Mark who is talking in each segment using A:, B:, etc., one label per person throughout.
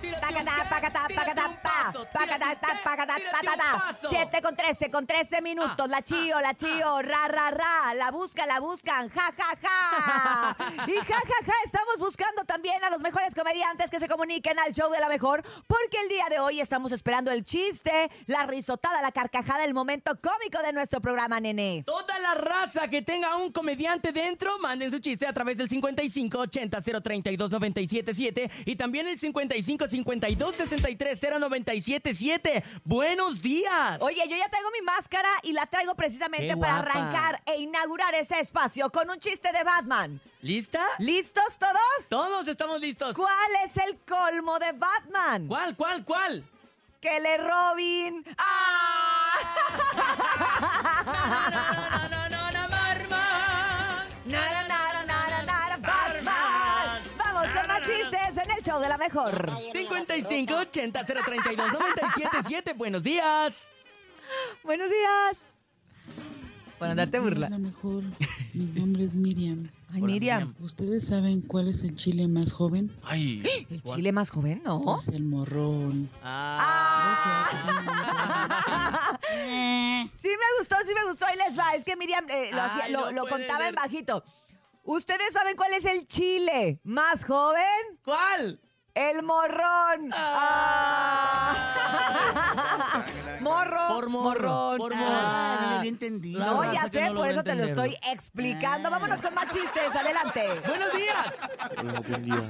A: Tírate un
B: Tacatá,
A: qué,
B: pacatá,
A: tírate
B: pacatá,
A: un
B: pa.
A: paso, tírate
B: Pacatá,
A: un
B: ta,
A: qué,
B: pacatá, ta,
A: tírate
B: ta,
A: un
B: ta.
A: paso.
B: Siete con 13, con 13 minutos.
A: Ah,
B: la chío, la
A: ah,
B: chío, ra, ra, ra. La busca, la buscan, ja, ja, ja. Y ja, ja, ja, estamos buscando también a los mejores comediantes que se comuniquen al show de la mejor, porque el día de hoy estamos esperando el chiste, la risotada, la carcajada, el momento cómico de nuestro programa, nene.
A: Toda la raza que tenga un comediante dentro, manden su chiste a través del 5580-032-977 y también el 5552-630977. ¡Buenos días!
B: Oye, yo ya traigo mi máscara y la traigo precisamente
A: Qué
B: para
A: guapa.
B: arrancar e inaugurar ese espacio con un chiste de Batman.
A: ¿Lista?
B: ¿Listos todos?
A: Todos estamos listos.
B: ¿Cuál es el colmo de Batman?
A: ¿Cuál, cuál, cuál?
B: Que le robin. ¡Ah! Nara, nara, nara, nara, Batman. Vamos con más chistes en el show de la mejor.
A: 55 80 032 977 Buenos días.
B: Buenos días. Por andarte
C: Buenos
B: burla.
C: días, la mejor. Mi nombre es Miriam.
B: Ay,
A: Hola,
B: Miriam,
C: ¿Ustedes saben cuál es el chile más joven?
A: Ay.
B: ¿el chile más joven, no?
C: Es el morrón.
B: Ah. Sí me gustó, sí me gustó. Ahí les va. Es que Miriam eh, lo, hacía-
A: Ay,
B: lo-
A: no
B: lo
A: puede
B: contaba en
A: ser.
B: bajito. ¿Ustedes saben cuál es el chile más joven?
A: ¿Cuál?
B: El morrón. Ah. Morro.
A: Por morro. Por morro.
D: Ah, no lo había entendido.
A: La
B: No,
A: raza
B: ya
A: que
B: sé,
A: no
B: por
A: logra
B: eso te lo
A: entenderlo.
B: estoy explicando. Vámonos con más chistes, adelante.
A: Buenos días.
E: Hola, buen día.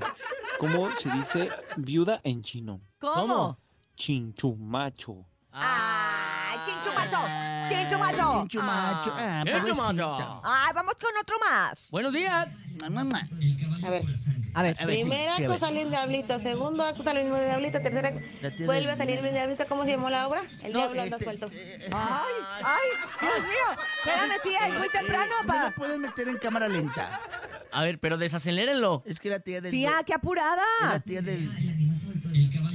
E: ¿Cómo se dice viuda en chino?
A: ¿Cómo?
E: Chinchumacho.
B: Ah, chinchumacho, chinchumacho.
D: Chinchumacho. Ah,
A: Ah,
D: pobrecita.
B: Ay, vamos con otro más.
A: Buenos días.
B: Eh.
D: Mamá, mamá.
F: A ver,
B: A ver,
A: A ver, sí,
F: primer
D: sí, a
F: acto
D: ver.
F: salió un diablito, segundo acto salió un diablito, tercer acto
D: La tía
F: vuelve
D: del
F: a salir un diablito. ¿Cómo se llamó la obra? El
D: No,
F: diablo anda
D: este,
F: suelto.
D: eh,
B: Ay, ay, Dios mío. Espérame, tía, es muy temprano
D: No
B: para.
D: lo pueden meter en cámara lenta.
A: a ver, pero desacelerenlo.
D: Es que la tía del.
B: Tía, qué apurada.
D: Es la tía del.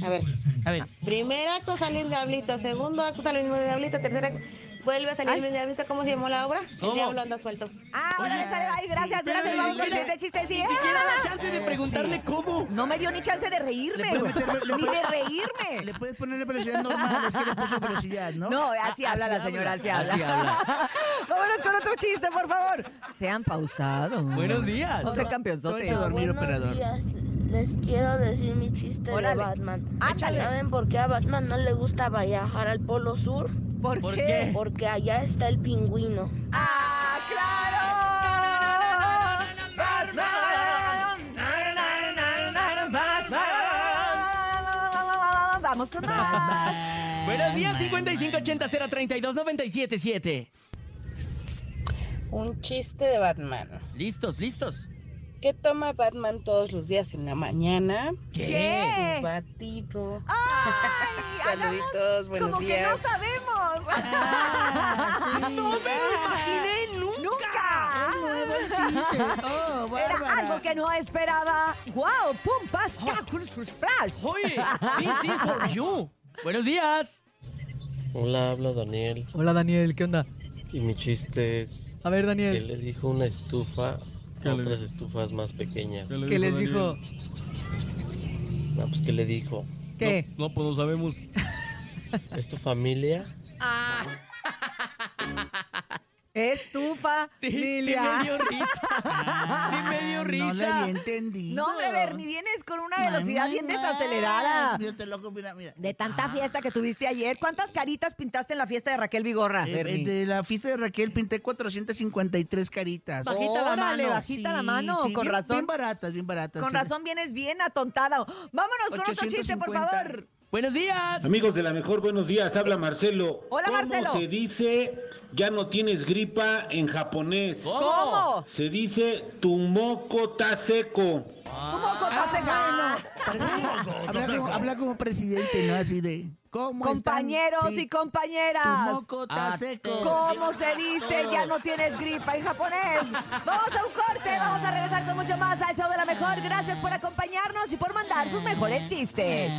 F: A ver,
D: A ver.
F: primer acto salió un diablito, segundo acto salió un diablito, tercer acto vuelve a salir un diablito. ¿Cómo se llamó la obra?
A: ¿Cómo?
F: El diablo anda suelto.
B: Ah, ahora le sale. Ay, gracias,
A: pero
B: gracias.
A: ni
B: Vamos con
A: siquiera-
B: este chiste, sí.
A: Ni siquiera da chance de preguntarle cómo.
B: No me dio ni chance de
D: Le
B: reírme,
D: puedes
B: güey.
D: meter- le
B: ni de
D: puedes-
B: reírme.
D: Le puedes poner la velocidad normal. Es que le puso velocidad, ¿no?
B: No, así
D: Ah,
B: habla la señora, así habla.
A: Así habla.
B: Vámonos con otro chiste, por favor. Sean pausados.
A: Buenos días.
B: Otro
D: Todo
B: campeonzote.
D: eso dormir,
G: Buenos
D: operador.
G: días, les quiero decir mi chiste
B: Órale.
G: de Batman.
B: Ándale.
G: ¿Saben por qué a Batman no le gusta viajar al Polo Sur?
B: ¿Por,
A: ¿Por
B: qué?
A: qué?
G: Porque allá está el pingüino.
B: ¡Ah, claro! ¡Batman! Vamos con más.
A: Buenos días, 5580 032 977
H: Un chiste de Batman.
A: Listos, listos.
H: ¿Qué toma Batman todos los días en la mañana?
B: ¿Qué?
H: Su batido.
B: ¡Ay!
H: Saluditos, buenos
B: Como que no
H: días.
B: sabemos.
D: Ah, sí.
A: imaginé
B: ¡Nunca!
D: Buen chiste. Oh,
B: Ah, Era
D: Bárbara.
B: algo que no esperaba. ¡Wow! ¡Pum! ¡Pas! ¡Cacus! ¡Splash!
A: Oye, this is for you. Buenos días.
I: Hola, habla Daniel
J: Hola Daniel, ¿qué onda?
I: y mi chiste es
J: A ver
I: que
J: Daniel,
I: le dijo una estufa
J: ¿Qué
I: a
J: le
I: otras estufas más pequeñas.
J: ¿qué, les dijo?
I: No, pues que le dijo,
B: ¿Qué?
A: No, pues no sabemos.
I: ¿es tu familia?
D: Ah.
B: Estufa,
A: Sí,
B: Lilia. Ah,
A: sí me dio risa. Sí me dio
D: No le
A: risa.
D: había entendido.
B: No, hombre, Bernie, vienes con una velocidad bien
D: Mamá.
B: desacelerada.
D: Yo te loco, mira, mira. Ah,
B: De tanta fiesta que tuviste ayer, ¿cuántas caritas pintaste en la fiesta de Raquel Vigorra?
D: Eh, eh, de la fiesta de Raquel pinté 453 caritas. Oh,
A: Bajita la
B: Órale,
A: mano.
B: Bajita la
D: Sí,
B: mano,
D: sí,
B: con
D: bien-
B: razón.
D: Bien baratas, bien baratas.
B: Con
D: sí.
B: razón vienes bien atontado. Vámonos con otro chiste, por
D: 850.
B: favor.
A: Buenos días.
K: Amigos de la mejor, buenos días. Habla Marcelo.
B: Hola,
K: ¿Cómo
B: Marcelo.
K: se dice ya no tienes gripa en japonés?
A: ¿Cómo?
B: ¿Cómo?
K: Se dice tu moco está seco.
B: ¿Tu
D: Ah.
B: moco está secado?
D: Parece como- habla, como, habla como presidente, ¿no? Así de. ¿Cómo
B: Compañeros
D: están? Sí,
B: y
D: Tu
B: compañeras.
D: moco está
A: Ah,
D: seco.
B: ¿Cómo se dice? Ya no tienes gripa en japonés. Vamos a un corte, vamos a regresar con mucho más al show de la mejor. Gracias por acompañarnos y por mandar sus mejores chistes.